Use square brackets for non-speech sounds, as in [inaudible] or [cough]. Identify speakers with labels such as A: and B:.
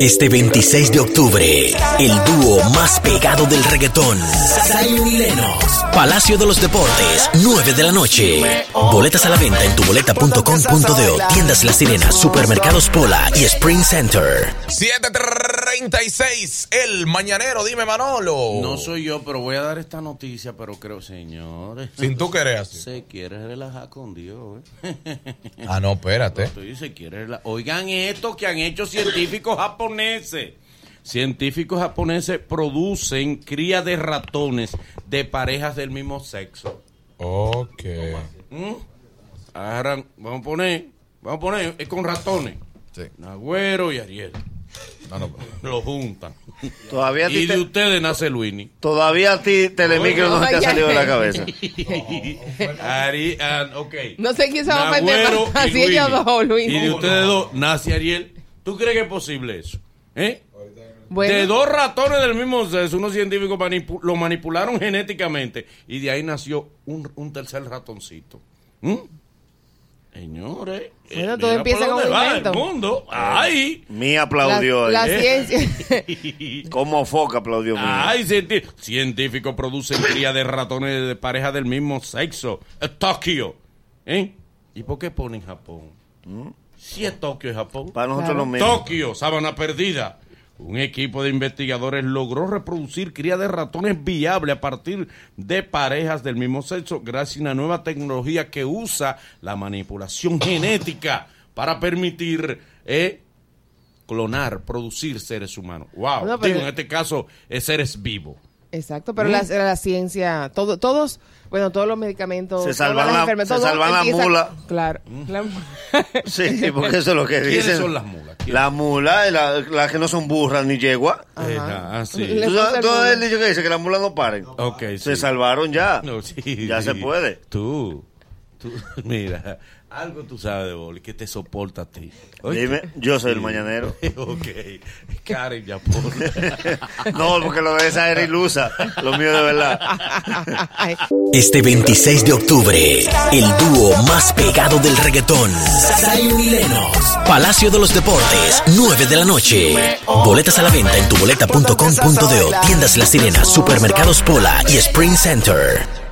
A: Este 26 de octubre, el dúo más pegado del reggaetón, Zion y Lennox, Palacio de los Deportes, 9 de la noche. Boletas a la venta en tuboleta.com.de, tiendas La Sirena, supermercados Pola y Spring Center.
B: 736, el mañanero, dime Manolo.
C: No soy yo, pero voy a dar esta noticia, pero creo, señores.
B: Sin tú querer así.
C: Se quiere relajar con Dios. ¿eh? [laughs]
B: Ah, no, espérate.
C: Esto dice, quiere rela- Oigan esto que han hecho científicos japoneses. Científicos japoneses producen cría de ratones de parejas del mismo sexo.
B: Ok.
C: Ahora vamos a poner, vamos a poner, es con ratones.
D: Sí.
C: Nagüero y Ariel.
D: No, no.
C: Lo juntan.
E: Todavía a
C: Y
E: ti,
C: de
E: te-
C: ustedes nace Luini.
E: todavía a ti Telemicro no se te ha
F: Oye.
E: salido de la cabeza. Oh,
C: [laughs] Ari, ah, ok.
F: No se quiso ofender
C: Nagüero
F: más. Así
C: Luini.
F: ellos dos, Luini.
C: Y de ustedes dos nace Ariel. ¿Tú crees que es posible eso? ¿Eh?
F: Bueno,
C: De dos ratones del mismo sexo, unos científicos manipu- lo manipularon genéticamente y de ahí nació un, un tercer ratoncito. ¿Mm? Señores, eh,
F: Bueno, todo
C: mira
F: empieza
C: por
F: con
C: dónde
F: un
C: va
F: invento.
C: el mundo.
F: [laughs]
C: Ay,
E: Mí
F: la,
E: aplaudió
F: la
E: ahí.
F: ciencia. [laughs]
E: Como foca aplaudió mí.
C: ay, cienti- científicos producen cría de ratones de pareja del mismo sexo. Eh, Tokio. ¿Eh? ¿Y por qué ponen Japón? Si es Tokio, es Japón.
E: Para nosotros
F: Claro.
E: lo mismo.
C: Tokio, sábana perdida. Un equipo de investigadores logró reproducir cría de ratones viable a partir de parejas del mismo sexo gracias a una nueva tecnología que usa la manipulación genética para permitir eh, clonar, producir seres humanos. Wow.
F: Bueno, pero-
C: Digo, en este caso, es seres vivos.
F: Exacto, pero
E: Mm.
F: la, la ciencia, todo, todos, bueno, todos los medicamentos,
E: Se
F: todas
E: salvan
F: las
E: la-
F: enfermedades,
E: se
F: todo
E: salvan la
F: empieza-
E: mula.
F: Claro, la mu- [laughs]
E: Sí, porque eso es lo que
C: ¿Quiénes
E: dicen.
C: son las mulas? ¿Quiénes?
E: Las mulas, las las que no son burras ni yegua.
C: Ajá, Eh, ah, sí.
F: Ah, Le-
E: ¿Tú
F: Les gusta
E: sabes
F: el
E: todo
F: mundo.
E: el dicho que dice? Que las mulas no paren.
C: Ok,
E: Se
C: sí.
E: salvaron ya.
C: No, sí,
E: ya
C: sí.
E: se puede.
C: Tú, tú, [laughs] mira, algo tú sabes de Boli que te soporta a ti. Oye,
E: Dime, yo soy el mañanero. [laughs]
C: [laughs] ok, Karen Yapón.
E: No, porque lo de esa era ilusa. Lo mío de
F: [laughs]
E: verdad.
F: Ay,
A: Este 26 de octubre, el dúo más pegado del reggaetón, Zion y Lennox, Palacio de los Deportes, 9 de la noche. Boletas a la venta en tuboleta.com.de, tiendas La Sirena, supermercados Pola y Spring Center.